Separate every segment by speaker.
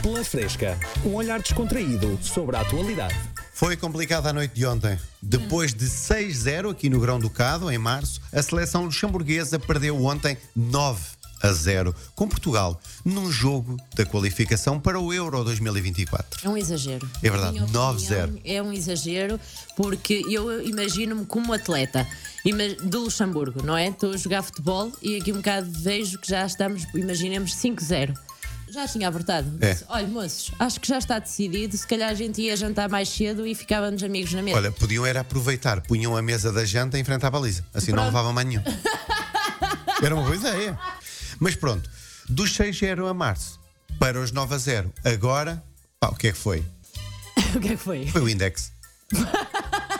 Speaker 1: Pela Fresca, um olhar descontraído sobre a atualidade.
Speaker 2: Foi complicada a noite de ontem. Depois de 6-0 aqui no Grão Ducado, em março, a seleção luxemburguesa perdeu ontem 9 a 0 com Portugal, num jogo da qualificação para o Euro 2024.
Speaker 3: É um exagero.
Speaker 2: É verdade,
Speaker 3: Na minha
Speaker 2: 9-0.
Speaker 3: opinião, É um exagero, porque eu imagino-me como atleta ima- de Luxemburgo, não é? Estou a jogar futebol e aqui um bocado vejo que já estamos, imaginemos, 5-0. Já tinha abortado.
Speaker 2: É.
Speaker 3: Disse, Olha, moços, acho que já está decidido. Se calhar a gente ia jantar mais cedo e ficávamos amigos na mesa.
Speaker 2: Olha, podiam era aproveitar, punham a mesa da janta em frente à baliza. Assim não levava mais nenhum. Era uma boa ideia. Mas pronto, dos 6-0 a março para os 9 a 0, agora, pá, o que é que foi?
Speaker 3: O que é que foi?
Speaker 2: Foi o index.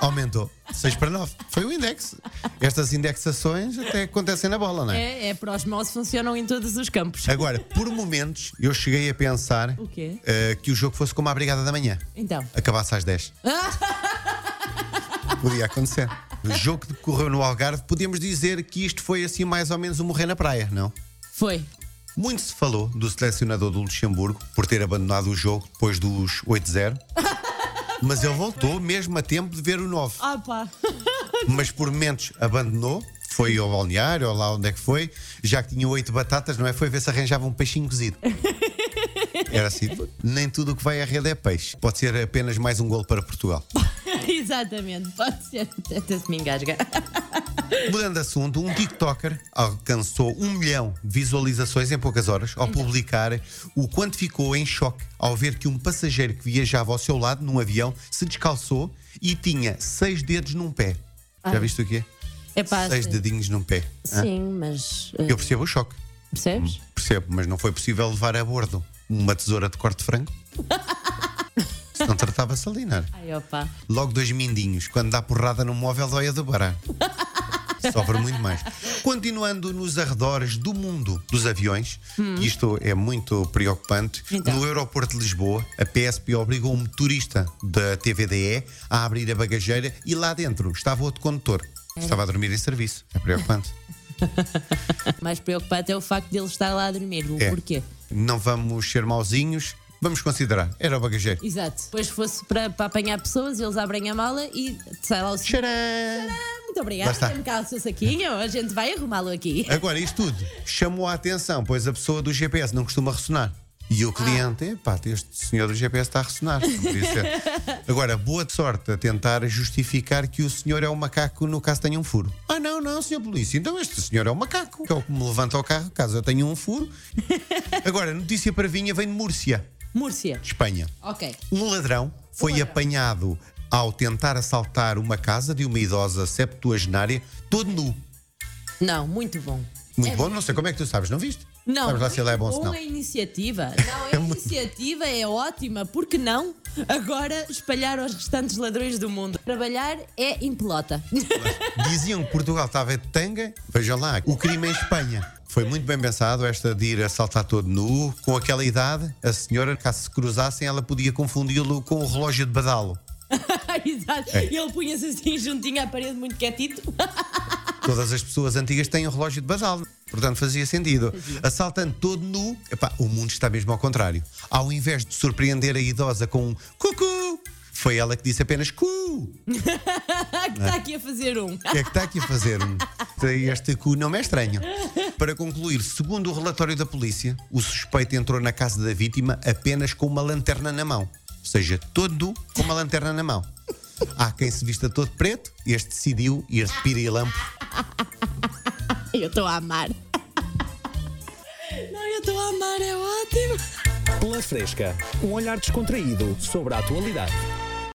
Speaker 2: Aumentou. 6 para 9. Foi o index. Estas indexações até acontecem na bola, não é?
Speaker 3: É, é prosmose, funcionam em todos os campos.
Speaker 2: Agora, por momentos, eu cheguei a pensar
Speaker 3: O quê?
Speaker 2: eh, que o jogo fosse como a Brigada da Manhã.
Speaker 3: Então.
Speaker 2: Acabasse às 10. Podia acontecer. O jogo que decorreu no Algarve, podemos dizer que isto foi assim mais ou menos um morrer na praia, não?
Speaker 3: Foi.
Speaker 2: Muito se falou do selecionador do Luxemburgo por ter abandonado o jogo depois dos 8-0. Mas ele voltou mesmo a tempo de ver o 9.
Speaker 3: Ah, pá.
Speaker 2: Mas por momentos abandonou, foi ao balneário, ou lá onde é que foi, já que tinha oito batatas, não é? Foi ver se arranjava um peixinho cozido. Era assim, nem tudo o que vai à rede é peixe. Pode ser apenas mais um gol para Portugal.
Speaker 3: Exatamente, pode ser. Até se me engasga.
Speaker 2: Mudando de assunto, um TikToker alcançou um milhão de visualizações em poucas horas ao publicar o quanto ficou em choque ao ver que um passageiro que viajava ao seu lado num avião se descalçou e tinha seis dedos num pé. Já viste o quê?
Speaker 3: É pá,
Speaker 2: Seis dedinhos num pé. Hã?
Speaker 3: Sim, mas. eh,
Speaker 2: Eu percebo o choque.
Speaker 3: Percebes?
Speaker 2: Percebo, mas não foi possível levar a bordo uma tesoura de corte de frango. Senão tratava-se ali, não era?
Speaker 3: Ai, opa.
Speaker 2: Logo dois mindinhos. Quando dá porrada num móvel, dói a dobrar. Sofre muito mais. Continuando nos arredores do mundo dos aviões, e isto é muito preocupante,
Speaker 3: Então.
Speaker 2: no aeroporto de Lisboa, a PSP obrigou um motorista da TVDE a abrir a bagageira e lá dentro estava outro condutor. Estava a dormir em serviço. É preocupante.
Speaker 3: Mais preocupante é o facto de ele estar lá a dormir. O
Speaker 2: É.
Speaker 3: porquê?
Speaker 2: Não vamos ser mauzinhos, vamos considerar. Era o bagageiro.
Speaker 3: Exato. Depois fosse para, para apanhar pessoas, eles abrem a mala e sai lá o senhor.
Speaker 2: Tcharam!
Speaker 3: Muito
Speaker 2: Lá
Speaker 3: obrigada,
Speaker 2: está.
Speaker 3: tem cá o seu saquinho, a gente vai arrumá-lo aqui.
Speaker 2: Agora, isto tudo chamou a atenção, pois a pessoa do GPS não costuma ressonar. E o cliente, epá, este senhor do GPS está a ressonar. como disse. Agora, boa sorte a tentar justificar que o senhor é um macaco no caso tenha um furo. Ah, não, não, senhor polícia, então este senhor é um macaco, que é o que me levanta ao carro caso eu tenha um furo. Agora, notícia para vinha vem de Múrcia,
Speaker 3: Múrcia.
Speaker 2: Espanha.
Speaker 3: Ok.
Speaker 2: Um ladrão foi apanhado ao tentar assaltar uma casa de uma idosa septuagenária, todo nu.
Speaker 3: Não, muito bom.
Speaker 2: Muito bom, não sei como é que tu sabes, não viste?
Speaker 3: Não,
Speaker 2: Sabes lá se ele é bom ou
Speaker 3: muito
Speaker 2: se não.
Speaker 3: a iniciativa. Não, a iniciativa é ótima, porque não agora espalhar aos restantes ladrões do mundo? Trabalhar é em pelota.
Speaker 2: Diziam que Portugal estava de tanga, vejam lá, o crime em Espanha. Foi muito bem pensado esta de ir assaltar todo nu, com aquela idade, a senhora, caso se cruzassem, ela podia confundi-lo com o relógio de badalo.
Speaker 3: Exato.
Speaker 2: É.
Speaker 3: Ele punha-se assim juntinho à parede, muito quietito.
Speaker 2: Todas as pessoas antigas têm um relógio de basal, portanto fazia sentido. Assaltando todo nu, epá, o mundo está mesmo ao contrário. Ao invés de surpreender a idosa com um cucu, foi ela que disse apenas cu.
Speaker 3: Ah, que
Speaker 2: É.
Speaker 3: está aqui a fazer um.
Speaker 2: O que é que está aqui a fazer? Este cu não me é estranho. Para concluir, segundo o relatório da polícia, o suspeito entrou na casa da vítima apenas com uma lanterna na mão. Ou seja, todo nu com uma lanterna na mão. Há quem se vista todo preto, este decidiu ir de pirilampo.
Speaker 3: Eu estou a amar. Não, eu estou a amar, eh, é ótimo.
Speaker 1: Pela Fresca, um olhar descontraído sobre a atualidade.